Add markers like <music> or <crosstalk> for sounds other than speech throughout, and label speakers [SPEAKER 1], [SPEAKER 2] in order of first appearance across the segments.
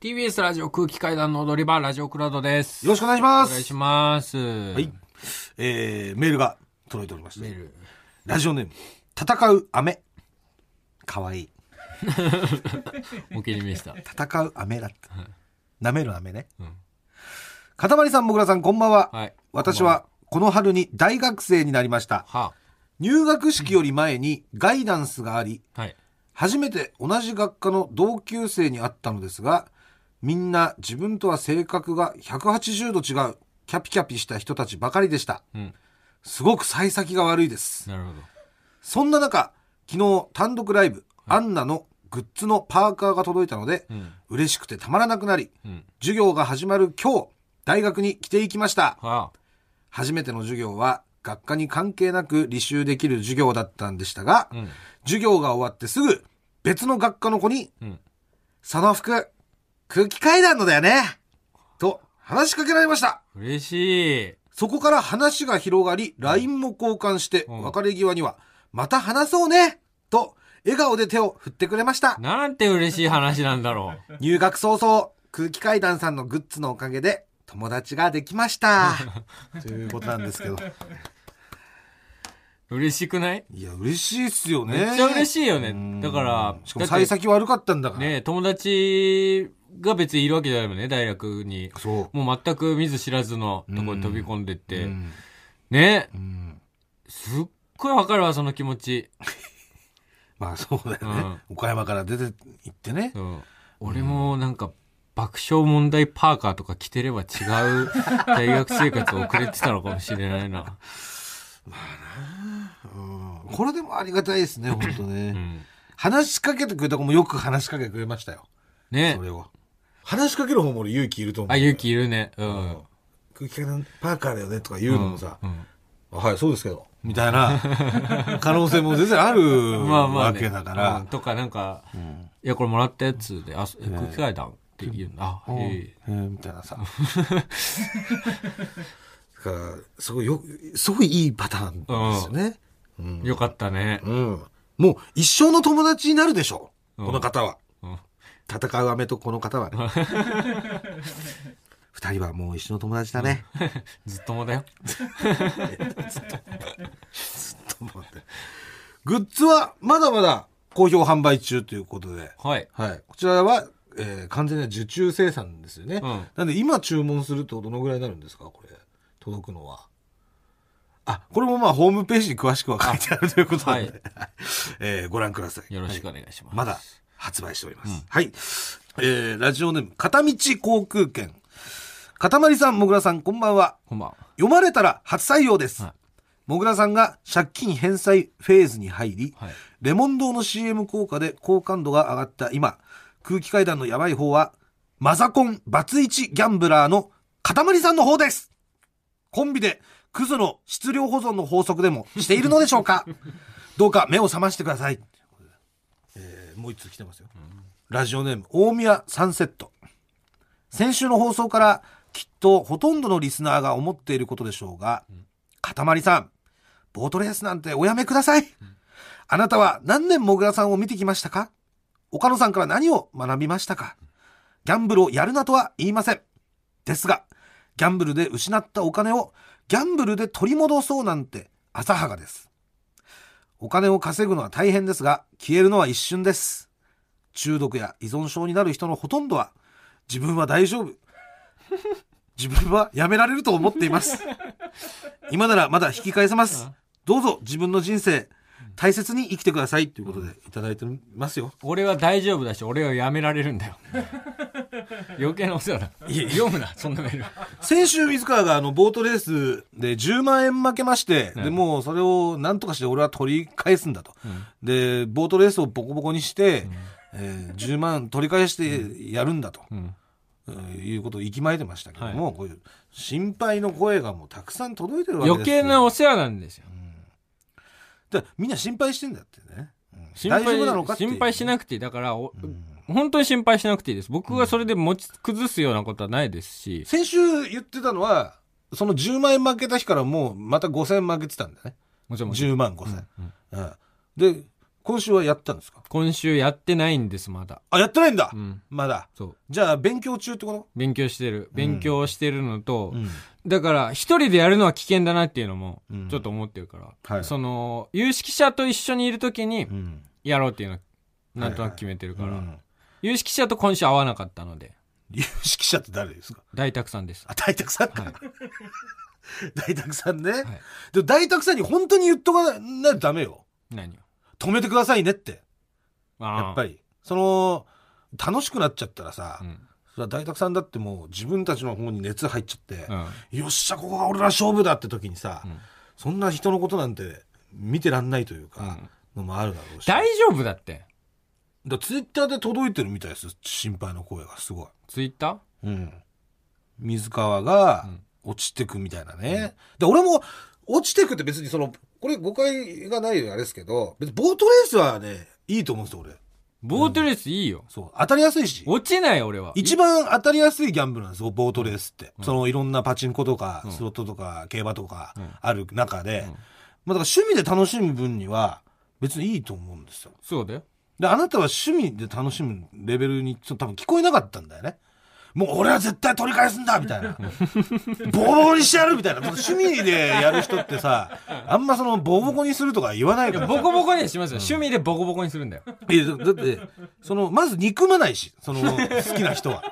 [SPEAKER 1] TBS ラジオ空気階段の踊り場、ラジオクラウドです。
[SPEAKER 2] よろしくお願いしま
[SPEAKER 1] お願い
[SPEAKER 2] す
[SPEAKER 1] し。ます。は
[SPEAKER 2] はい。えー、メールが届いておりまし
[SPEAKER 1] メ
[SPEAKER 2] て、
[SPEAKER 1] ール。
[SPEAKER 2] ラジオネーム、戦う飴。かわいい。
[SPEAKER 1] お気に召
[SPEAKER 2] <laughs>
[SPEAKER 1] した。
[SPEAKER 2] 戦う飴だって。舐める飴ね
[SPEAKER 1] うん。
[SPEAKER 2] かたまりさん、もぐらさん、こんばんは。
[SPEAKER 1] はい
[SPEAKER 2] 私は、この春に大学生になりました。
[SPEAKER 1] は
[SPEAKER 2] 入学式より前にガイダンスがあり、
[SPEAKER 1] あ、はい。
[SPEAKER 2] 初めて同じ学科の同級生に会ったのですがみんな自分とは性格が180度違うキャピキャピした人たちばかりでした
[SPEAKER 1] うん。
[SPEAKER 2] すごく幸先が悪いです
[SPEAKER 1] なるほど。
[SPEAKER 2] そんな中昨日単独ライブ、アンナのグッズのパーカーが届いたので、
[SPEAKER 1] うん。
[SPEAKER 2] 嬉しくてたまらなくなり
[SPEAKER 1] うん。
[SPEAKER 2] 授業が始まる今日大学に来ていきました
[SPEAKER 1] は
[SPEAKER 2] 初めての授業は学科に関係なく履修できる授業だったんでしたが、
[SPEAKER 1] あ。うん。
[SPEAKER 2] 授業が終わってすぐ別の学科の子に
[SPEAKER 1] うん。
[SPEAKER 2] その服、空気階段のだよね。と、話しかけられました。
[SPEAKER 1] 嬉しい。
[SPEAKER 2] そこから話が広がり、LINE も交換して、
[SPEAKER 1] うん
[SPEAKER 2] 別れ際には、また話そうねと、笑顔で手を振ってくれました。
[SPEAKER 1] なんて嬉しい話なんだろう。
[SPEAKER 2] 入学早々、空気階段さんのグッズのおかげで、友達ができ
[SPEAKER 1] <laughs>
[SPEAKER 2] ました。ということなんですけど。
[SPEAKER 1] 嬉しくない
[SPEAKER 2] いや、嬉しいっすよね。
[SPEAKER 1] めっちゃ嬉しいよね
[SPEAKER 2] うん
[SPEAKER 1] だから
[SPEAKER 2] しかも幸先悪かったんだから。
[SPEAKER 1] ねえ友達が別にいるわけじゃないもんね、大学に。
[SPEAKER 2] そ
[SPEAKER 1] もう全く見ず知らずのところに飛び込んでっ
[SPEAKER 2] う。
[SPEAKER 1] て。
[SPEAKER 2] うん
[SPEAKER 1] ねえ
[SPEAKER 2] うん
[SPEAKER 1] すっごいわかるわ、その気持ち。
[SPEAKER 2] まあそうだよね。岡山から出て行ってね。
[SPEAKER 1] うん俺もなんか、爆笑問題パーカーとか着てれば
[SPEAKER 2] <laughs>
[SPEAKER 1] 違う大学生活を送れてたのかもしれないな。
[SPEAKER 2] うんこれでもありがたいです
[SPEAKER 1] <laughs>
[SPEAKER 2] ね、本当ね。
[SPEAKER 1] うん、
[SPEAKER 2] 話しかけてくれた子もよく話しかけてくれましたよ。
[SPEAKER 1] ね
[SPEAKER 2] それを。話しかける方も俺勇気いると思う。
[SPEAKER 1] あ、勇気いるね。うん。
[SPEAKER 2] 空気階段パーカーだよねとか言うのもさ、
[SPEAKER 1] うん
[SPEAKER 2] あはい、そうですけど。みたいな <laughs> 可能性も全然ある
[SPEAKER 1] まあまあ、
[SPEAKER 2] わ
[SPEAKER 1] ね。
[SPEAKER 2] けだか
[SPEAKER 1] うん
[SPEAKER 2] ら。
[SPEAKER 1] とかなんか、いや、これもらったやつで、あ、そえ空気階段って言うんだ。あ、
[SPEAKER 2] うん
[SPEAKER 1] え
[SPEAKER 2] えーみた
[SPEAKER 1] <laughs>
[SPEAKER 2] いなさ。だから、すごいよ、すごいいいパターンですよね。うん
[SPEAKER 1] えよかったね。
[SPEAKER 2] うん。もう一生の友達になるでしょ。
[SPEAKER 1] うん
[SPEAKER 2] この方は。
[SPEAKER 1] うん
[SPEAKER 2] 戦う飴とこの方
[SPEAKER 1] <laughs>
[SPEAKER 2] はね。二人はもう一生の友達だね。
[SPEAKER 1] ずっともだよ。
[SPEAKER 2] グッズはまだまだ好評販売中ということで。
[SPEAKER 1] はい。
[SPEAKER 2] はい。こちらは、えー完全な受注生産ですよね。
[SPEAKER 1] うん
[SPEAKER 2] なんで今注文するとどのぐらいになるんですかこれ。届くのは。あ、これもまあホームページに詳しくは書いてあるということなので、
[SPEAKER 1] は
[SPEAKER 2] <laughs> えーご覧ください。
[SPEAKER 1] よろしくお願いします。
[SPEAKER 2] まだ発売しております。はい。えー、ラジオネーム、片道航空券。かたまりさん、もぐらさん、こんばんは。
[SPEAKER 1] こんばんは。
[SPEAKER 2] 読まれたら初採用です。
[SPEAKER 1] はい
[SPEAKER 2] もぐらさんが借金返済フェーズに入り、
[SPEAKER 1] はい
[SPEAKER 2] レモン堂の CM 効果で好感度が上がった今、空気階段のやばい方は、マザコンバツイチギャンブラーのかたまりさんの方です。コンビでクズの質量保存の法則でもしているのでしょ
[SPEAKER 1] <laughs>
[SPEAKER 2] うかどうか目を覚ましてください。えーもう一通来てますよ。ラジオネーム、大宮サンセット。先週の放送から、きっとほとんどのリスナーが思っていることでしょうが、かたまりさん、ボートレースなんておやめください。あなたは何年もぐらさんを見てきましたか岡野さんから何を学びましたかギャンブルをやるなとは言いません。ですが、ギャンブルで失ったお金をギャンブルで取り戻そうなんて浅はかです。お金を稼ぐのは大変ですが、消えるのは一瞬です。中毒や依存症になる人のほとんどは、自分は大丈夫。 <laughs> 自分はやめられると思っています。今ならまだ引き返せます。どうぞ自分の人生、大切に生きてくださいということでいただいてますよ。
[SPEAKER 1] 俺は大丈夫だし、俺はやめられるんだ
[SPEAKER 2] <laughs>
[SPEAKER 1] よ。余計なお世話だ。読むな、そんなメール。
[SPEAKER 2] 先週水川があのボートレースで10万円負けまして、でもうそれを何とかして俺は取り返すんだと、でボートレースをボコボコにして、えー10万取り返してやるんだと、
[SPEAKER 1] ん
[SPEAKER 2] えーいうことを息巻いてましたけども、こういう心配の声がもうたくさん届いてるわけです
[SPEAKER 1] 余計なお世話なんですよ。
[SPEAKER 2] だからみんな心配してんだってね、うん
[SPEAKER 1] 心
[SPEAKER 2] 大
[SPEAKER 1] 配
[SPEAKER 2] 丈夫なのかっていう
[SPEAKER 1] 心配しなくていい。だから、お本当に心配しなくていいです。僕がそれで持ち崩すようなことはないですし、
[SPEAKER 2] 先週言ってたのはその10万円負けた日からもうまた5000円負けてたんだね
[SPEAKER 1] もちろんもちろん
[SPEAKER 2] 10万5000、うんで今週はやったんですか
[SPEAKER 1] 今週やってないんです、まだ。
[SPEAKER 2] あ、やってないんだ、
[SPEAKER 1] うん。
[SPEAKER 2] まだ。
[SPEAKER 1] そう。
[SPEAKER 2] じゃあ、勉強中ってこ
[SPEAKER 1] 勉強してる。勉強してるのと、
[SPEAKER 2] と、うん、
[SPEAKER 1] だから、一人でやるのは危険だなっていうのも
[SPEAKER 2] うん、
[SPEAKER 1] ちょっと思ってるから、
[SPEAKER 2] はい
[SPEAKER 1] その、有識者と一緒にいるときに
[SPEAKER 2] う、ん。
[SPEAKER 1] やろうっていうのは、なんとなく決めてるから、
[SPEAKER 2] うん
[SPEAKER 1] 有識者と今週会わなかったので、
[SPEAKER 2] 有識者って誰ですか
[SPEAKER 1] 大沢さんです。
[SPEAKER 2] あ、大沢さんか。
[SPEAKER 1] はい
[SPEAKER 2] <laughs> 大沢さんね。
[SPEAKER 1] い
[SPEAKER 2] でも大沢さんに本当に言っとかないとダメよ。
[SPEAKER 1] 何を。
[SPEAKER 2] 止めてくださいねって。
[SPEAKER 1] ああ
[SPEAKER 2] やっぱり。その、楽しくなっちゃったらさ、
[SPEAKER 1] うん
[SPEAKER 2] それは大沢さんだってもう自分たちの方に熱入っちゃって、
[SPEAKER 1] うん。
[SPEAKER 2] よっしゃ、ここが俺ら勝負だって時にさ、
[SPEAKER 1] うん
[SPEAKER 2] そんな人のことなんて見てらんないという
[SPEAKER 1] う
[SPEAKER 2] か
[SPEAKER 1] ん、
[SPEAKER 2] のもあるだろうし。
[SPEAKER 1] 大丈夫だって。
[SPEAKER 2] だツイッターで届いてるみたいです心配の声がすごい、
[SPEAKER 1] ツイッタ
[SPEAKER 2] うん、水川が
[SPEAKER 1] うん
[SPEAKER 2] 落ちてくみたいなね、で俺も落ちてくって別にそのこれ誤解がないようにあれですけど別にボートレースはねいいと思うんですよ俺
[SPEAKER 1] ーボートレースいいよ。
[SPEAKER 2] そう当たりやすいし
[SPEAKER 1] 落ちない俺は。
[SPEAKER 2] 一番当たりやすいギャンブルなんですよボートレースって、
[SPEAKER 1] うん
[SPEAKER 2] そのいろんなパチンコとか、
[SPEAKER 1] うん
[SPEAKER 2] スロットとか競馬とか
[SPEAKER 1] うん
[SPEAKER 2] ある中で、
[SPEAKER 1] うん
[SPEAKER 2] まあ、だから趣味で楽しむ分には別にいいと思うんですよ
[SPEAKER 1] そうだよ。
[SPEAKER 2] で、あなたは趣味で楽しむレベルにちょっと多分聞こえなかったんだよね。もう俺は絶対取り返すんだみた
[SPEAKER 1] <laughs>
[SPEAKER 2] いな。ボコボコにしてやるみたいな。もう趣味でやる人ってさ、あんまそのボコボコにするとか言わないから。
[SPEAKER 1] ボコボコにはしますよ。趣味でボコボコにするんだよ。
[SPEAKER 2] いやだって、その、まず憎まないし、その、好きな人は。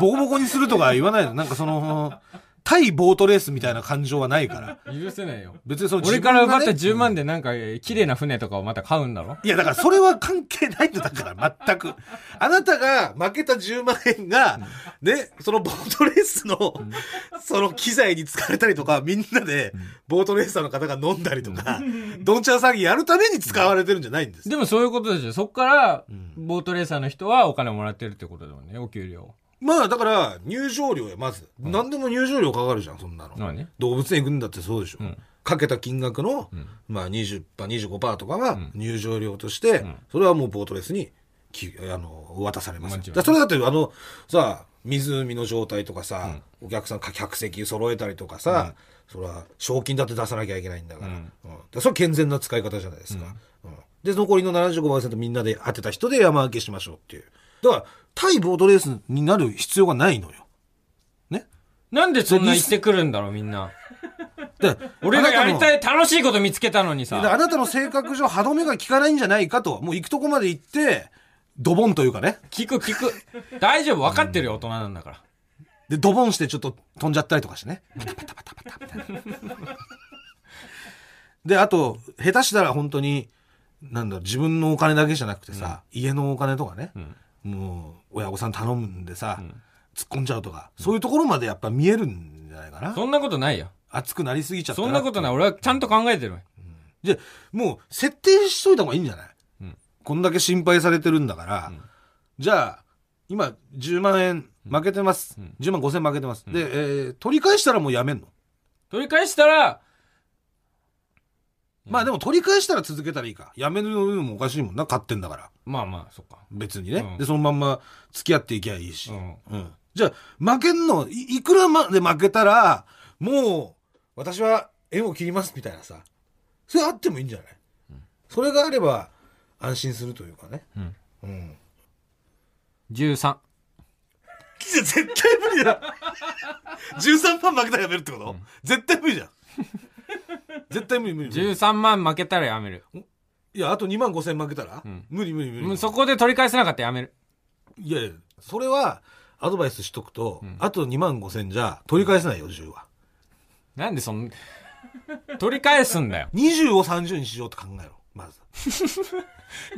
[SPEAKER 2] ボコボコにするとか言わないの。なんかその、対ボートレースみたいな感情はないから。
[SPEAKER 1] 許せないよ。
[SPEAKER 2] 別にその自
[SPEAKER 1] 俺
[SPEAKER 2] 分
[SPEAKER 1] か
[SPEAKER 2] がね、
[SPEAKER 1] ら奪った10万でなんか、えー綺麗な船とかをまた買うんだろ
[SPEAKER 2] いや、だからそれは関係ないのだから、全く。あなたが負けた10万円が、ね、そのボートレースの、その機材に使われたりとか、みんなで、ボートレーサーの方が飲んだりとか、どんちゃん騒ぎやるために使われてるんじゃないんです。
[SPEAKER 1] でもそういうことでしょ。そっから
[SPEAKER 2] ん、
[SPEAKER 1] ボートレーサーの人はお金もらってるってことだもんね、お給料。
[SPEAKER 2] まあ、だから、入場料や、まず。何でも入場料かかるじゃん、そんなの。
[SPEAKER 1] 何
[SPEAKER 2] 動物園行くんだってそうでしょ。
[SPEAKER 1] うん
[SPEAKER 2] かけた金額の、
[SPEAKER 1] ん
[SPEAKER 2] まあ20%、25%とかが
[SPEAKER 1] ん
[SPEAKER 2] 入場料として、
[SPEAKER 1] ん
[SPEAKER 2] それはもうボートレースにきあの渡されますよ。
[SPEAKER 1] もちろん
[SPEAKER 2] だからそれだって、あの、さ、湖の状態とかさ、お客さんか客席揃えたりとかさ、それは賞金だって出さなきゃいけないんだから、
[SPEAKER 1] うん
[SPEAKER 2] うんだからそれは健全な使い方じゃないですか。うんで、残りの75%みんなで当てた人で山分けしましょうっていう。だから、対ボートレースになる必要がないのよ。ね。
[SPEAKER 1] なんでそんな言ってくるんだろう、みんな。
[SPEAKER 2] だから
[SPEAKER 1] <laughs> 俺がやり
[SPEAKER 2] あなたの
[SPEAKER 1] たい、楽しいこと見つけたのに
[SPEAKER 2] で
[SPEAKER 1] さ。
[SPEAKER 2] あなたの性格上歯止めが効かないんじゃないかと、もう行くとこまで行って、ドボンというかね。
[SPEAKER 1] 聞く聞く。大丈夫、分かってるよ、大人なんだから。
[SPEAKER 2] で、ドボンしてちょっと飛んじゃったりとかしてね。パタパタパタパタみたいな。で、あと、下手したら本当に、なんだろう、自分のお金だけじゃなくてさ、家のお金とかね、
[SPEAKER 1] ん
[SPEAKER 2] もう、親御さん頼むんでさ、突っ込んじゃうとか、そういうところまでやっぱ見えるんじゃないかな。
[SPEAKER 1] そんなことないよ。
[SPEAKER 2] 熱くなりすぎちゃった
[SPEAKER 1] そんなことない。俺はちゃんと考えてる。
[SPEAKER 2] じゃあもう設定しといた方がいいんじゃない、
[SPEAKER 1] うん
[SPEAKER 2] こんだけ心配されてるんだか
[SPEAKER 1] う
[SPEAKER 2] ら、
[SPEAKER 1] ん
[SPEAKER 2] じゃあ今10万円負けてます、
[SPEAKER 1] うん
[SPEAKER 2] 10万5千負けてます、で、えー取り返したらもうやめんの、
[SPEAKER 1] 取り返したら、
[SPEAKER 2] まあでも取り返したら続けたらいいかやめるのもおかしいもんな買ってんだから
[SPEAKER 1] まあまあ、そっか。
[SPEAKER 2] 別にね、
[SPEAKER 1] うん
[SPEAKER 2] でそのまんま付き合っていきゃいいし、
[SPEAKER 1] うん。
[SPEAKER 2] うんじゃあ負けんのいいくらまで負けたらもう私は縁を切りますみたいなさそれあってもいいんじゃない、それがあれば安心するというかね
[SPEAKER 1] うん
[SPEAKER 2] うん
[SPEAKER 1] 13。
[SPEAKER 2] 絶対無理だ13番負けたらやめるってこと、絶対無理じゃん絶対無理無理無理
[SPEAKER 1] 13万負けたらやめる。
[SPEAKER 2] いやあと2万5千負けたら、
[SPEAKER 1] ん
[SPEAKER 2] 無理無理無理
[SPEAKER 1] もうそこで取り返せなかったらやめる。
[SPEAKER 2] いやいやそれはアドバイスしとくと、あと2万5千じゃ取り返せないよ10は
[SPEAKER 1] なんでそん、 <laughs> 取り返すんだよ。
[SPEAKER 2] 20を30にしようって考えろまず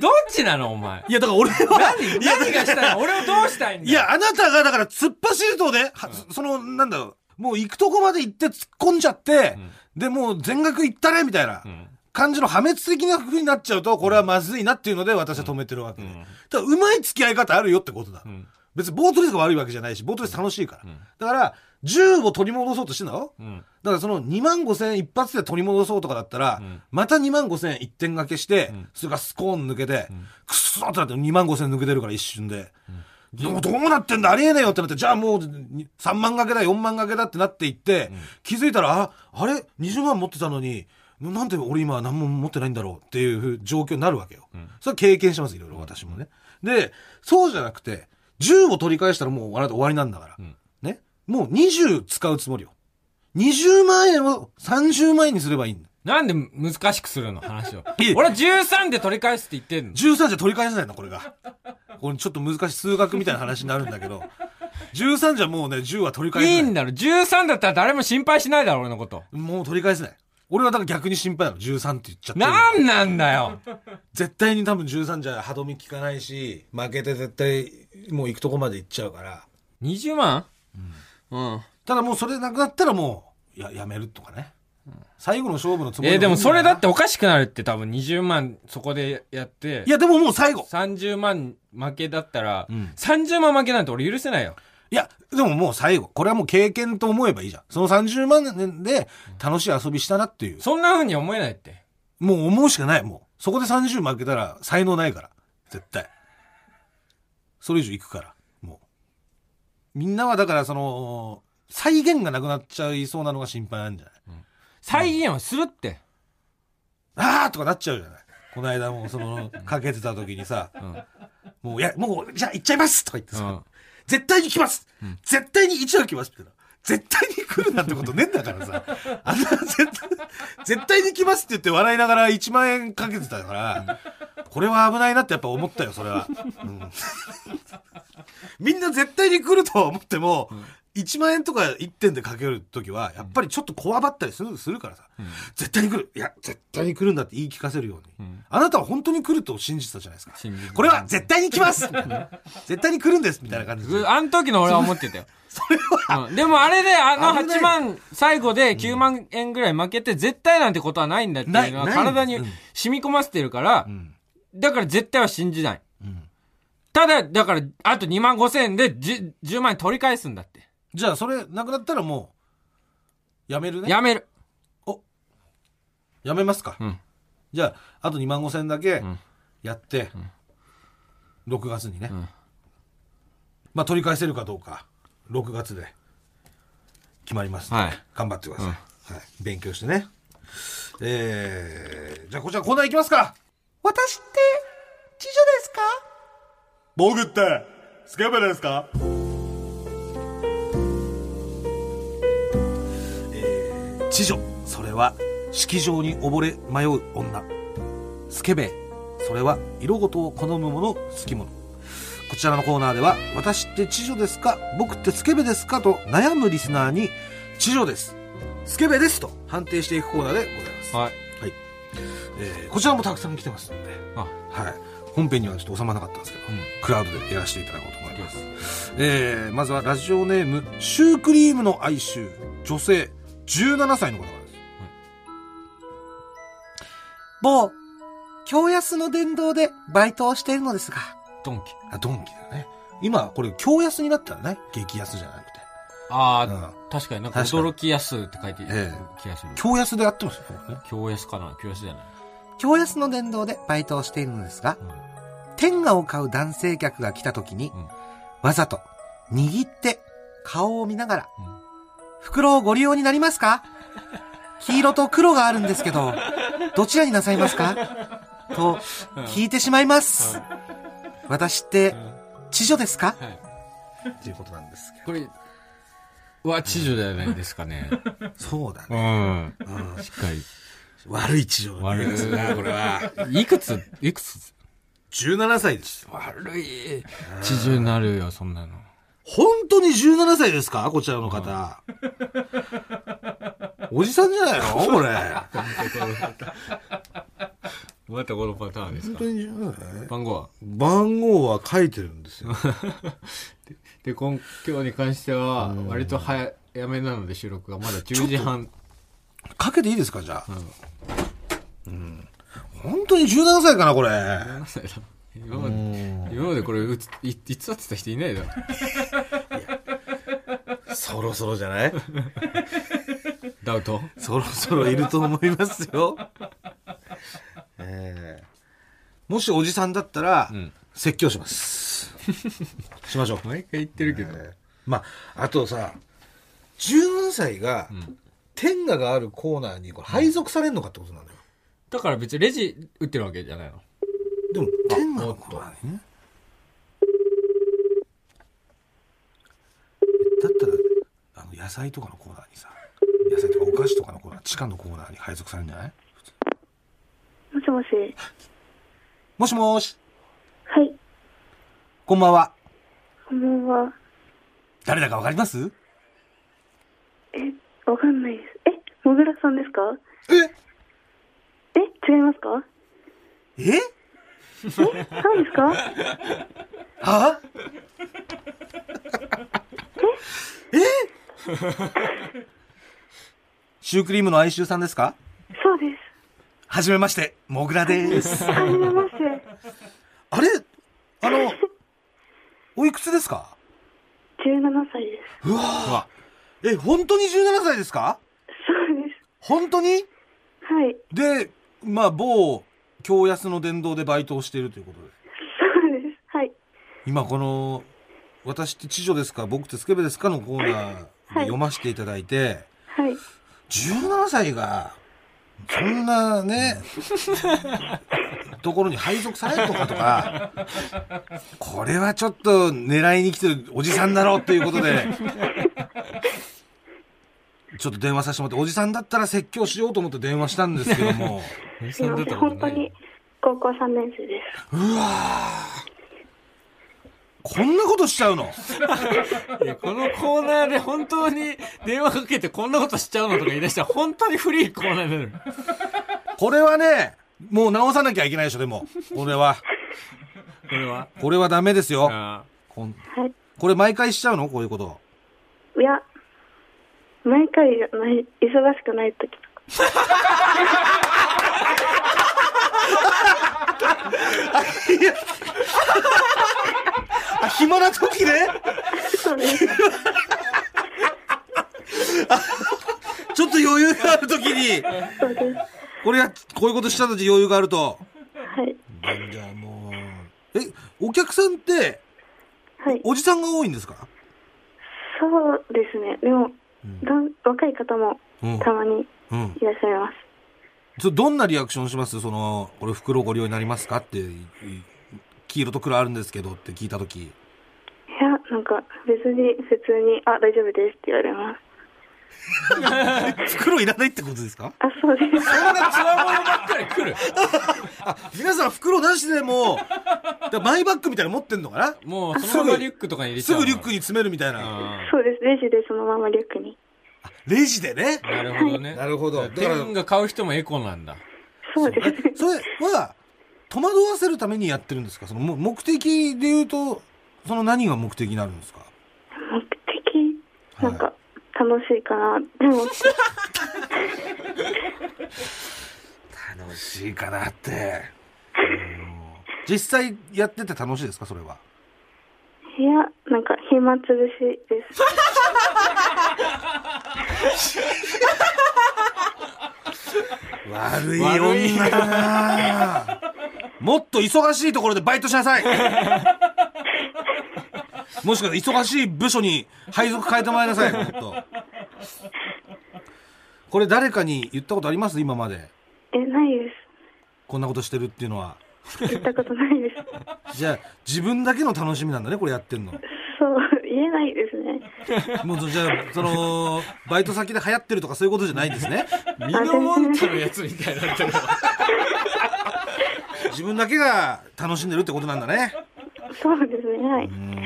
[SPEAKER 1] どっちなのお前。
[SPEAKER 2] いやだから俺は
[SPEAKER 1] 何何がしたいの俺をどうしたいんだ
[SPEAKER 2] いや、あなたがだから突っ走るとね、はその、なんだろう、もう行くとこまで行って突っ込んじゃって、で、もう全額行ったね、みたいな
[SPEAKER 1] うん
[SPEAKER 2] 感じの破滅的な風になっちゃうと、これはまずいなっていうので私は止めてるわけで。
[SPEAKER 1] うん
[SPEAKER 2] ただ、うまい付き合い方あるよってことだ。
[SPEAKER 1] ん
[SPEAKER 2] 別にボートレースが悪いわけじゃないし、ボートレース楽しいから。だから、10を取り戻そうとしてんだろ
[SPEAKER 1] うん。
[SPEAKER 2] だからその2万5千一発で取り戻そうとかだったら、
[SPEAKER 1] ん
[SPEAKER 2] また2万5千一点掛けして、
[SPEAKER 1] ん
[SPEAKER 2] それがスコーン抜けて、くっそーってなって2万5千抜けてるから一瞬で。でもどうなってんだありえねえよってなって、じゃあもうに3万掛けだ、4万掛けだってなっていって、気づいたら、あ、あれ ?20 万持ってたのに、なんで俺今何も持ってないんだろうっていう状況になるわけよ。
[SPEAKER 1] うん
[SPEAKER 2] それは経験します、いろいろ私もね。で、そうじゃなくて、10を取り返したらもうあなた終わりなんだから。
[SPEAKER 1] うん
[SPEAKER 2] ね。もう20使うつもりよ。20万円を30万円にすればいいんだ。
[SPEAKER 1] なんで難しくするの話を
[SPEAKER 2] いえ。
[SPEAKER 1] 俺は13で取り返すって言ってんの。
[SPEAKER 2] 13じゃ取り返せないの、これが。これちょっと難しい数学みたいな話になるんだけど、13じゃもうね、10は取り返
[SPEAKER 1] いい
[SPEAKER 2] せなんい。
[SPEAKER 1] だろ。13だったら誰も心配しないだろ、俺のこと。
[SPEAKER 2] もう取り返せない。俺はだから逆に心配なの、13って言っちゃってる。
[SPEAKER 1] なんなんだよ。
[SPEAKER 2] 絶対に多分13じゃ歯止め効かないし、負けて絶対もう行くとこまで行っちゃうから。
[SPEAKER 1] 20万うん。
[SPEAKER 2] ただもうそれなくなったらもう、や、やめるとかね。最後の勝負のつもり
[SPEAKER 1] えーでもそれだって
[SPEAKER 2] い
[SPEAKER 1] おかしくなるって多分20万そこでやって、
[SPEAKER 2] やでももう最後。
[SPEAKER 1] 30万負けだったら、
[SPEAKER 2] うん
[SPEAKER 1] 30万負けなんて俺許せないよ。
[SPEAKER 2] いや、でももう最後。これはもう経験と思えばいいじゃん。その30万円で楽しい遊びしたなっていう。
[SPEAKER 1] そんな風に思えないって。
[SPEAKER 2] もう思うしかない、もう。そこで30負けたら才能ないから。絶対。それ以上行くから。もう。みんなはだからその、再現がなくなっちゃいそうなのが心配なんじゃない
[SPEAKER 1] 再現はするって。
[SPEAKER 2] あーとかなっちゃうじゃないこの間もその、かけてた時にさ、
[SPEAKER 1] うん。
[SPEAKER 2] もう、いや、もう、じゃあ行っちゃいますとか言って
[SPEAKER 1] う
[SPEAKER 2] さ、
[SPEAKER 1] ん。
[SPEAKER 2] 絶対に来ます、絶対に1は来ますって言ったら絶対に来るなんてことねえんだからさ。あんな絶対、絶対に来ますって言って笑いながら1万円かけてたから、これは危ないなってやっぱ思ったよ、それは。うん <laughs> みんな絶対に来るとは思っても、1万円とか1点でかけるときは、やっぱりちょっとこわばったりするするからさ、絶対に来るいや、絶対に来るんだって言い聞かせるように。
[SPEAKER 1] うん
[SPEAKER 2] あなたは本当に来ると信じてたじゃないですか。
[SPEAKER 1] 信じて
[SPEAKER 2] これは絶対に来ますみたいな <laughs> 絶対に来るんですみたいな感じで。
[SPEAKER 1] あの時の俺は思ってたよ。うんでもあれで、あの
[SPEAKER 2] 危ない
[SPEAKER 1] 8万、最後で9万円ぐらい負けて、絶対なんてことはないんだっていうのは
[SPEAKER 2] ないない
[SPEAKER 1] 体に
[SPEAKER 2] うん
[SPEAKER 1] 染み込ませてるから
[SPEAKER 2] う、ん。
[SPEAKER 1] だから絶対は信じない。
[SPEAKER 2] うん。
[SPEAKER 1] ただ、だから、あと2万5千円で 10, 10万円取り返すんだって。
[SPEAKER 2] じゃあ、それ、なくなったらもう、やめるね。や
[SPEAKER 1] やめる。
[SPEAKER 2] めますか。
[SPEAKER 1] うん。
[SPEAKER 2] じゃあ、あと2万5千だけ
[SPEAKER 1] ん、
[SPEAKER 2] やって、6月にね。
[SPEAKER 1] ん
[SPEAKER 2] まあ、取り返せるかどうか、6月で、決まります、
[SPEAKER 1] はい。
[SPEAKER 2] 頑張ってください。はい。勉強してね。えー、じゃあ、こちらコーナーいきますか。
[SPEAKER 3] 私って、知女ですか
[SPEAKER 2] 僕って、スケベですかえー、知女、それは、式場に溺れ迷う女。スケベ、それは、色ごとを好む者、好き者。こちらのコーナーでは、私って知女ですか僕ってスケベですかと悩むリスナーに、知女です。スケベですと判定していくコーナーでございます。
[SPEAKER 1] はい。
[SPEAKER 2] はい。えーこちらもたくさん来てますので、
[SPEAKER 1] あ
[SPEAKER 2] はい。本編にはちょっと収まらなかったんですけど、
[SPEAKER 1] うん
[SPEAKER 2] クラウドでやらせていただこうと思います。えーまずはラジオネーム、シュークリームの哀愁、女性、17歳の方からです。
[SPEAKER 3] 某、京安の殿堂でバイトをしているのですが、
[SPEAKER 1] ドンキ。
[SPEAKER 2] あ、ドンキだね。今、これ、京安になったらね、激安じゃなくて。
[SPEAKER 1] あ
[SPEAKER 2] う
[SPEAKER 1] あ、
[SPEAKER 2] ん。
[SPEAKER 1] 確かになんか
[SPEAKER 2] 確かに
[SPEAKER 1] 驚きやすって書いて
[SPEAKER 2] ええ
[SPEAKER 1] る気がする。
[SPEAKER 2] 京安でやってますよね。これね
[SPEAKER 1] 京安かな京安じゃない。
[SPEAKER 3] 京安の殿堂でバイトをしているのですが、
[SPEAKER 1] うん
[SPEAKER 3] 天下を買う男性客が来た時に、
[SPEAKER 1] うん
[SPEAKER 3] わざと、握って、顔を見ながら、
[SPEAKER 1] うん
[SPEAKER 3] 袋をご利用になりますか
[SPEAKER 2] <laughs>
[SPEAKER 3] 黄色と黒があるんですけど、どちらになさいますかと、聞いてしまいます。私って、知女ですか
[SPEAKER 1] はい。
[SPEAKER 2] っていうことなんですけど。
[SPEAKER 1] これは知女じゃないですかね。
[SPEAKER 2] そうだね。
[SPEAKER 1] <laughs> うん。
[SPEAKER 2] うん
[SPEAKER 1] しっかり。
[SPEAKER 2] 悪い地上だね
[SPEAKER 1] 悪い
[SPEAKER 2] な、これは。
[SPEAKER 1] いくついくつ
[SPEAKER 2] 17歳ですよ。
[SPEAKER 1] 悪い。知女になるよ、そんなの。
[SPEAKER 2] 本当に17歳ですかこちらの方。おじさんじゃないのこれ。
[SPEAKER 1] <laughs> またこのパターンです
[SPEAKER 2] 本
[SPEAKER 1] か
[SPEAKER 2] 当に17歳
[SPEAKER 1] 番号は
[SPEAKER 2] 番号は書いてるんですよ。
[SPEAKER 1] で、今今日に関しては、割と早めなので収録がまだ10時半。
[SPEAKER 2] <laughs> かけていいですかじゃあ。うん。本当に17歳かなこれ。
[SPEAKER 1] 何歳だ <laughs> 今まで、今までこれうつ、い、いつだってた人いないだろ。
[SPEAKER 2] そろそろじゃない
[SPEAKER 1] ダウト
[SPEAKER 2] そろそろいると思いますよ。ええもしおじさんだったら、
[SPEAKER 1] ん
[SPEAKER 2] 説教します。しましょう。
[SPEAKER 1] 毎回言ってるけど。
[SPEAKER 2] まあ、あとさ、17歳が、天下があるコーナーにこれ配属されるのかってことなんだよ。
[SPEAKER 1] だから別にレジ打ってるわけじゃないの。
[SPEAKER 2] でも、天下のコーナーね。だったら、あの、野菜とかのコーナーにさ、野菜とかお菓子とかのコーナー、地下のコーナーに配属されるんじゃない
[SPEAKER 4] もしもし。
[SPEAKER 2] もしもーし、
[SPEAKER 4] はい。
[SPEAKER 2] こんばんは。
[SPEAKER 4] こんばんは。
[SPEAKER 2] 誰だかわかります
[SPEAKER 4] え、わかんないです。え、もぐらさんですか
[SPEAKER 2] え
[SPEAKER 4] え、違いますか
[SPEAKER 2] え
[SPEAKER 4] 何で
[SPEAKER 1] <laughs>
[SPEAKER 4] すか
[SPEAKER 2] はえシュークリームの哀愁さんですか
[SPEAKER 4] そうで
[SPEAKER 2] はじめまして、もぐらです
[SPEAKER 4] す。。はじめまして。
[SPEAKER 2] あれあの、おいくつですか
[SPEAKER 4] 17歳です。
[SPEAKER 2] うわえ、本当に17歳ですか
[SPEAKER 4] そうです。
[SPEAKER 2] 本当に
[SPEAKER 4] はい。
[SPEAKER 2] で、まあ、某、京安の殿堂でバイトをしているということで。
[SPEAKER 4] そうです。はい。
[SPEAKER 2] 今この、私って知女ですか僕ってスケベですかのコーナーで読ませていただいて、
[SPEAKER 4] はい。
[SPEAKER 2] 17歳が、そんなね、ところに配属されるとかとか、これはちょっと狙いに来てるおじさんだろうということで、ちょっと電話させてもらって、おじさんだったら説教しようと思って電話したんですけども、
[SPEAKER 1] おじ
[SPEAKER 4] す
[SPEAKER 1] さ
[SPEAKER 4] み
[SPEAKER 1] んだ
[SPEAKER 4] ませ
[SPEAKER 1] っ
[SPEAKER 4] ん。
[SPEAKER 1] たこと
[SPEAKER 4] 本当
[SPEAKER 1] ない
[SPEAKER 4] に。高校3年生です。
[SPEAKER 2] こんなことしちゃうの
[SPEAKER 1] いや、このコーナーで本当に電話かけてこんなことしちゃうのとか言い出したら本当に古いコーナーになる。
[SPEAKER 2] これはね、もう直さなきゃいけないでしょ、でも。これは。
[SPEAKER 1] これは。
[SPEAKER 2] これはダメですよ。
[SPEAKER 1] あ
[SPEAKER 2] こん
[SPEAKER 4] はい。
[SPEAKER 2] これ毎回しちゃうのこういうこと。
[SPEAKER 4] いや、毎回じゃない、忙しくない時とか。
[SPEAKER 2] あ、暇な時ね
[SPEAKER 4] そうです。
[SPEAKER 2] ちょっと余裕がある時に、
[SPEAKER 4] そうです。は
[SPEAKER 2] これや、こういうことした時余裕があると。
[SPEAKER 4] い。
[SPEAKER 2] じゃあもう。え、お客さんって、
[SPEAKER 4] はい。
[SPEAKER 2] おじさんが多いんですか
[SPEAKER 4] そうですね。でも、だん若い方も
[SPEAKER 2] うん
[SPEAKER 4] たまに
[SPEAKER 2] うん。
[SPEAKER 4] いらっしゃいます。
[SPEAKER 2] そどんなリアクションしますその、これ袋ご利用になりますかって、いい黄色と黒あるんですけどって聞いた時。
[SPEAKER 4] いや、なんか別に普通に、あ、大丈夫ですって言われます。
[SPEAKER 2] 袋いらないってことですか
[SPEAKER 4] あ、そう <laughs> です。
[SPEAKER 1] あ。こんなつわものばっかり来る。
[SPEAKER 2] 皆さん袋なしでも、だからマイバッグみたいなの持ってんのかな
[SPEAKER 1] もうそのままリュックとかに入れち
[SPEAKER 2] す
[SPEAKER 1] ゃうの。
[SPEAKER 2] ぐリュックに詰めるみたいな。
[SPEAKER 1] あ
[SPEAKER 4] そうです。レジでそのままリュックに。
[SPEAKER 2] レジでね。
[SPEAKER 1] あ。なるほどね。
[SPEAKER 2] なるほど。だか
[SPEAKER 1] テ
[SPEAKER 2] ら、
[SPEAKER 1] ンが買う人もエコなんだ。
[SPEAKER 4] そうです。
[SPEAKER 2] <laughs> それは、戸惑わせるためにやってるんですかそのも目的で言うと、その何が目的になるんですか
[SPEAKER 4] 目的、 <laughs> なんか楽しいかな。でも、
[SPEAKER 2] 楽しいかなって。実際やってて楽しいですかそれは。
[SPEAKER 4] いや、なんか暇つぶしです。
[SPEAKER 2] 悪い
[SPEAKER 1] 悪い
[SPEAKER 2] 女だなもっと忙しいところでバイトしなさい <laughs> もしくは忙しい部署に配属変えてもらいなさい、もっと。これ誰かに言ったことあります今まで。
[SPEAKER 4] え、ないで
[SPEAKER 2] こんなことしてるっていうのは。
[SPEAKER 4] す。言ったことない <laughs> です。
[SPEAKER 2] じゃあ、自分だけの楽しみなんだね、これやってんの。
[SPEAKER 4] そう、言えないですね。
[SPEAKER 2] もうそ、じゃあ、その、バイト先で流行ってるとかそういうことじゃないんですね。
[SPEAKER 1] ミノモンタのやつみたいになってる。
[SPEAKER 2] 自分だけが楽しんでるってことなんだね。
[SPEAKER 4] そうですね。はい。
[SPEAKER 2] うん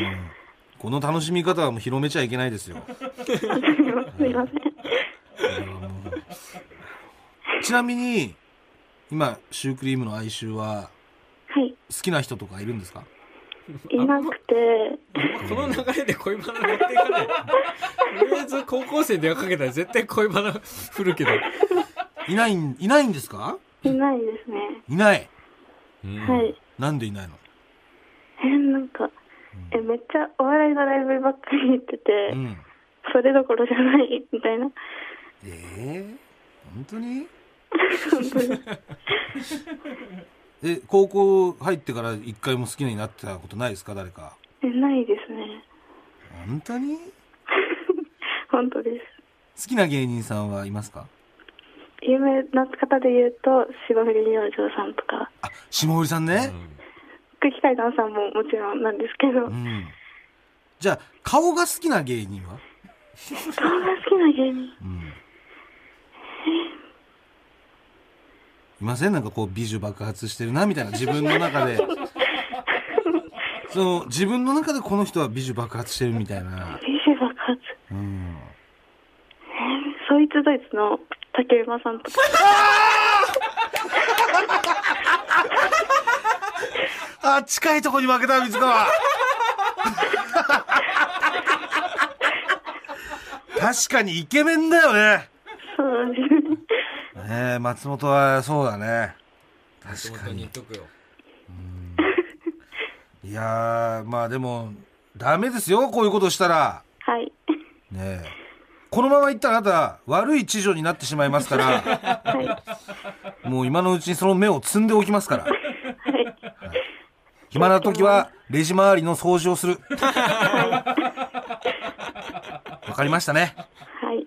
[SPEAKER 2] この楽しみ方はもう広めちゃいけないですよ。
[SPEAKER 4] すいません。
[SPEAKER 2] ちなみに、今、シュークリームの哀愁は、
[SPEAKER 4] はい。
[SPEAKER 2] 好きな人とかいるんですか
[SPEAKER 4] いなくて、
[SPEAKER 1] この流れで恋バナ持っていかない。とりあえず高校生に電話かけたら絶対恋バナ振るけど。
[SPEAKER 2] いないん、いないんですか
[SPEAKER 4] いないですね。
[SPEAKER 2] いない。
[SPEAKER 4] はい。
[SPEAKER 2] なんでいないの
[SPEAKER 4] え、なんか、え、めっちゃお笑いのライブばっかり行ってて、
[SPEAKER 2] うん。
[SPEAKER 4] それどころじゃないみたいな。
[SPEAKER 2] ええ本当にえ、高校入ってから一回も好きになってたことないですか誰か。
[SPEAKER 4] え、ないですね。
[SPEAKER 2] 本当に
[SPEAKER 4] 本当です。
[SPEAKER 2] 好きな芸人さんはいますか
[SPEAKER 4] 有名な方で言うと、霜降り明星さんとか、
[SPEAKER 2] あ、霜降りさんね。
[SPEAKER 4] 空気階段さんももちろんなんですけど、
[SPEAKER 2] うん。じゃあ、顔が好きな芸人は
[SPEAKER 4] 顔が好きな芸人、
[SPEAKER 2] いませんなんかこう美女爆発してるなみたいな自分の中 <laughs> で。その自分の中でこの人は美女爆発してるみたいな。
[SPEAKER 4] 美女爆発。
[SPEAKER 2] うん。
[SPEAKER 4] そいつドイツの竹馬さんとか、
[SPEAKER 2] あ、近いとこに負けた、水川。確かにイケメンだよね。
[SPEAKER 4] そうですね。
[SPEAKER 2] ねえ、松本はそうだね。
[SPEAKER 1] 確かに言っとくよ
[SPEAKER 2] いやー、まあでも、ダメですよ、こういうことしたら。
[SPEAKER 4] はい。
[SPEAKER 2] ねえ。このまま行ったらあなた、悪い知女になってしまいますから、
[SPEAKER 4] はい。
[SPEAKER 2] もう今のうちにその目を摘んでおきますから。
[SPEAKER 4] はい。
[SPEAKER 2] 暇な時は、レジ周りの掃除をする。わかりましたね。
[SPEAKER 4] はい。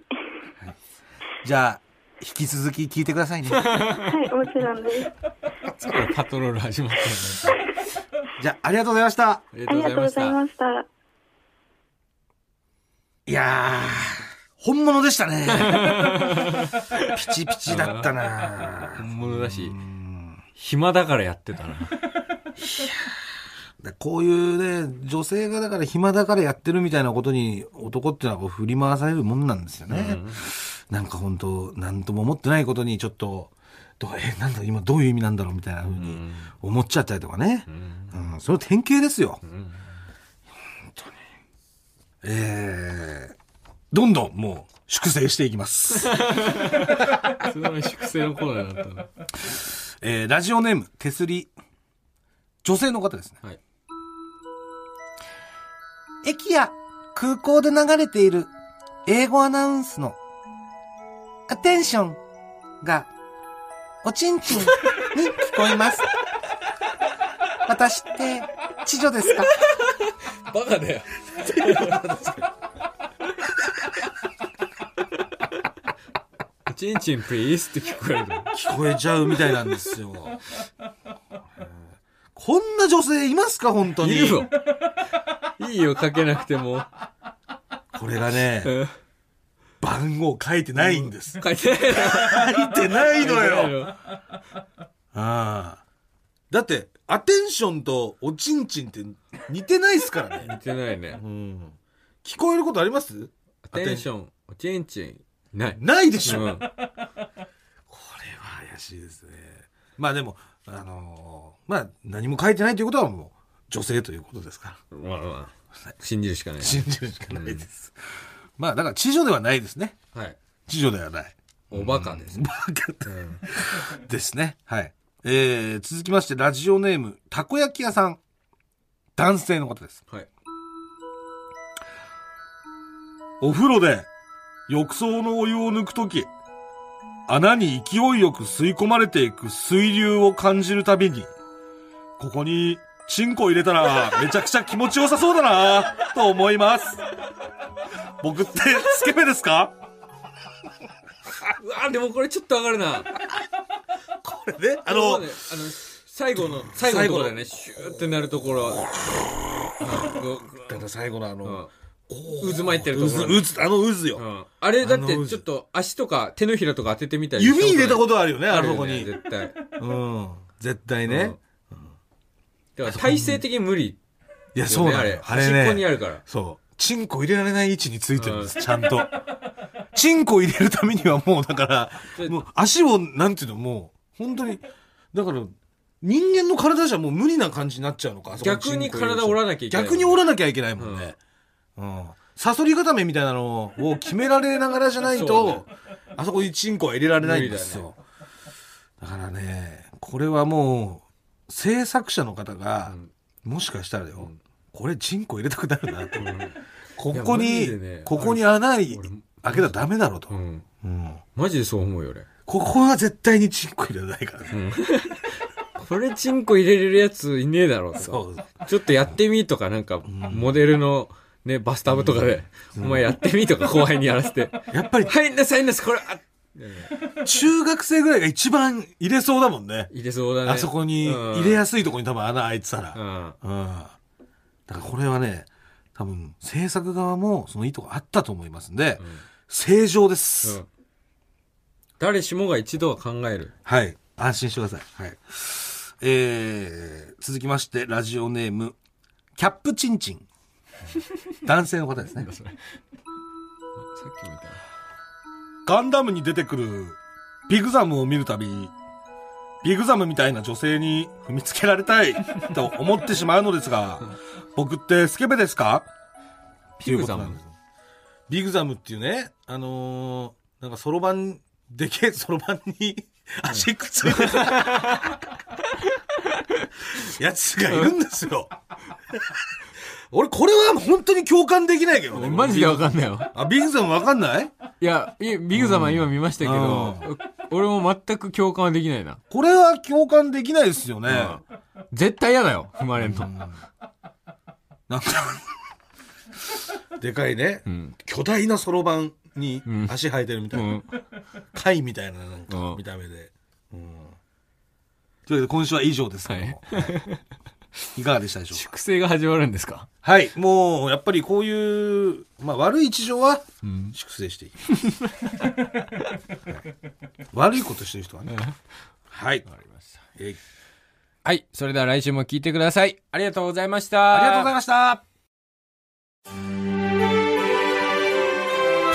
[SPEAKER 2] じゃあ、引き続き聞いてくださいね。
[SPEAKER 4] はい、もちろんです。
[SPEAKER 1] これパトロール始まったよね
[SPEAKER 2] じゃあ、ありがとうございました。
[SPEAKER 1] あり
[SPEAKER 4] ありがとうござい
[SPEAKER 1] た
[SPEAKER 4] ました。
[SPEAKER 2] いやー、本物でした
[SPEAKER 4] <laughs>
[SPEAKER 2] ね。ピチピチだったな
[SPEAKER 1] 本物だし暇だからやってたな
[SPEAKER 2] だこういうね、女性がだから暇だからやってるみたいなことに男っていうのはこう振り回されるもんなんですよね。なんか本当なんとも思ってないことにちょっと、どうえ、なんだ、今どういう意味なんだろうみたいな風に思っちゃったりとかね。うん、その典型ですよ。本当に。えー、どんどんもう粛清していきます。
[SPEAKER 1] すごい粛清のコーナーだったな
[SPEAKER 2] えーラジオネーム、手すり。女性の方ですね。
[SPEAKER 1] はい
[SPEAKER 3] 駅や空港で流れている英語アナウンスのアテンションがおちんちんに聞こえ
[SPEAKER 2] <laughs>
[SPEAKER 3] ます。私って、知女ですか
[SPEAKER 1] バカ <laughs> だよチンチンプリースって聞こえる
[SPEAKER 2] 聞こえちゃうみたいなんですよ。えーこんな女性いますか本当に。
[SPEAKER 1] いるよいいよかけなくて <laughs> も
[SPEAKER 2] これ
[SPEAKER 3] <laughs>
[SPEAKER 2] がね、
[SPEAKER 1] うん
[SPEAKER 2] 番号書いてないんです。
[SPEAKER 1] 書いてない
[SPEAKER 2] 書いてないの
[SPEAKER 1] の
[SPEAKER 2] よ。ああ。だって、アテンションとおちんちんって似てないですからね。
[SPEAKER 1] 似てないね
[SPEAKER 2] <laughs> うん。聞こえることあります
[SPEAKER 1] アテンションおちんちんない
[SPEAKER 2] ないでしょ、
[SPEAKER 1] うん
[SPEAKER 2] これは怪しいですね。まあでも、あのーまあ何も書いてないということはもう女性ということですから。
[SPEAKER 1] まあまあ信じるしかない
[SPEAKER 2] <laughs> 信じるしかないです。まあだから知女ではないですね。
[SPEAKER 1] はい
[SPEAKER 2] 知女ではない。
[SPEAKER 1] おバカです
[SPEAKER 2] バカですね。はい。えー、続きましてラジオネーム、たこ焼き屋さん。男性の方です。
[SPEAKER 1] はい
[SPEAKER 2] お風呂で浴槽のお湯を抜くとき、穴に勢いよく吸い込まれていく水流を感じるたびに、ここにチンコ入れたらめちゃくちゃ気持ちよさそうだなと思います。僕ってスケベですか
[SPEAKER 1] うわーでもこれちょっと上がるな
[SPEAKER 2] これね、あ
[SPEAKER 1] そ
[SPEAKER 2] の
[SPEAKER 1] う、ねあの最後の最後のところだよねシューってなるところはいぐ
[SPEAKER 2] だから最後のあ
[SPEAKER 1] ぐうん
[SPEAKER 2] の、
[SPEAKER 1] 渦巻いてるところ
[SPEAKER 2] 渦、渦、あの渦
[SPEAKER 1] う
[SPEAKER 2] よ。
[SPEAKER 1] んあれだっ
[SPEAKER 2] あの
[SPEAKER 1] てちょっと足とか手のひらとか当ててみたり
[SPEAKER 2] 指入れたこととあるよね、
[SPEAKER 1] な
[SPEAKER 2] あ
[SPEAKER 1] い
[SPEAKER 2] のとこ
[SPEAKER 1] ある
[SPEAKER 2] に
[SPEAKER 1] よ。ね絶対
[SPEAKER 2] うん。絶対 <laughs> ね。
[SPEAKER 1] だから体勢的に無理
[SPEAKER 2] いや、
[SPEAKER 1] だ
[SPEAKER 2] そ
[SPEAKER 1] よ
[SPEAKER 2] う
[SPEAKER 1] ね
[SPEAKER 2] な
[SPEAKER 1] あ
[SPEAKER 2] の
[SPEAKER 1] れ
[SPEAKER 2] よ。あ
[SPEAKER 1] 端っこ
[SPEAKER 2] れ
[SPEAKER 1] にあ
[SPEAKER 2] ね。
[SPEAKER 1] るから
[SPEAKER 2] そう。チンコ入れられない位置についてるんです、ちゃんと。チンコ入れるためにはもうだから、
[SPEAKER 1] で
[SPEAKER 2] もう足を、なんていうの、もう、本当に、だから、人間の体じゃもう無理な感じになっちゃうのか。あそこチンコ入れると
[SPEAKER 1] 逆に体折らなきゃいけない
[SPEAKER 2] 逆に折らなきゃいけないもんね。うん。サソリ固めみたいなのを決められながらじゃない
[SPEAKER 1] そう
[SPEAKER 2] と、あそこにチンコは入れられないんですよ。だからね、これはもう、制作者の方が、もしかしたらよ、これチンコ入れたくなるなと。ここ
[SPEAKER 1] いやマジ
[SPEAKER 2] に、
[SPEAKER 1] でね
[SPEAKER 2] ここに穴開けたらダメだろうと
[SPEAKER 1] う。ん
[SPEAKER 2] うん
[SPEAKER 1] マジでそう思うよ俺
[SPEAKER 2] ここは絶対にチンコ入れないからね。
[SPEAKER 1] これチンコ入れれるやついねえだろうとか
[SPEAKER 2] そうそう
[SPEAKER 1] ちょっとやってみとかなんかモデルのね、バスタブとかで、お前やってみとか後輩にやらせて。
[SPEAKER 2] やっぱり
[SPEAKER 1] 入んなさい、入んなさい、これ、あ
[SPEAKER 2] 中学生ぐらいが一番入れそうだもんね。
[SPEAKER 1] 入れそうだね。
[SPEAKER 2] あそこに、
[SPEAKER 1] うん
[SPEAKER 2] 入れやすいとこに多分穴開いてたら。
[SPEAKER 1] うん。
[SPEAKER 2] うん。だからこれはね、多分制作側もその意図があったと思いますんで、正常で
[SPEAKER 1] う
[SPEAKER 2] す。
[SPEAKER 1] ん誰しもが一度は考える。
[SPEAKER 2] はい。安心してください。はい。えー、続きまして、ラジオネーム、キャップチンチン。男性の方ですね。
[SPEAKER 1] さっきみたい
[SPEAKER 2] ガンダムに出てくるビグザムを見るたび、ビグザムみたいな女性に踏みつけら
[SPEAKER 1] <laughs>
[SPEAKER 2] れたいと思ってしまうのですが、僕ってスケベですか
[SPEAKER 1] ビグザム
[SPEAKER 2] っていうことなんですよビグザムっていうね、あのーなんかそろばん、でけえそろばんに足く
[SPEAKER 1] <laughs>
[SPEAKER 2] っついてる、やつがいるんですよ。俺これは本当に共感できないけどね。
[SPEAKER 1] マジでわかんないよ。
[SPEAKER 2] あ、ビグザムわかんない
[SPEAKER 1] いや、いビグ様今見ましたけど、俺も全く共感はできないな。
[SPEAKER 2] これは共感できないですよね。
[SPEAKER 1] 絶対嫌だよ、踏まれんの。
[SPEAKER 2] なんか、でかいね、
[SPEAKER 1] ん
[SPEAKER 2] 巨大なそろばんに
[SPEAKER 1] ん
[SPEAKER 2] 足生えてるみた
[SPEAKER 1] う
[SPEAKER 2] いな。
[SPEAKER 1] ん。
[SPEAKER 2] 貝みたいな、なん
[SPEAKER 1] う
[SPEAKER 2] か
[SPEAKER 1] ん、
[SPEAKER 2] 見た目で。うんというわけで、今週は以上ですけども。いかがでしたでしょうか
[SPEAKER 1] 粛清が始まるんですか
[SPEAKER 2] はい。もう、やっぱりこういう、まあ、悪い事情は、
[SPEAKER 1] うん。
[SPEAKER 2] 粛清していき <laughs> ます、はい悪いことしてる人はね。はい。えー
[SPEAKER 1] はい、それでは来週も聞いてください。ありがとうございました。
[SPEAKER 2] ありがとうございました。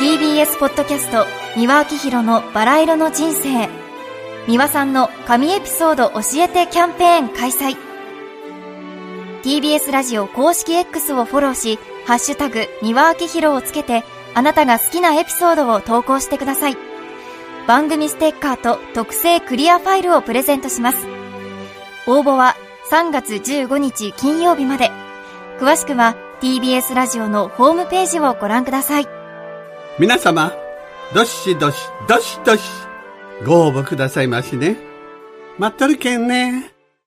[SPEAKER 5] TBS ポッドキャスト三輪明宏のバラ色の人生三輪さんの神エピソード教えてキャンペーン開催 TBS ラジオ公式 X をフォローし「ハッシュタグ三輪明宏」をつけてあなたが好きなエピソードを投稿してください番組ステッカーと特製クリアファイルをプレゼントします応募は3月15日金曜日まで詳しくは TBS ラジオのホームページをご覧ください
[SPEAKER 6] 皆様、どしどし、どしどし、ご応募くださいましね。待っとるけんね。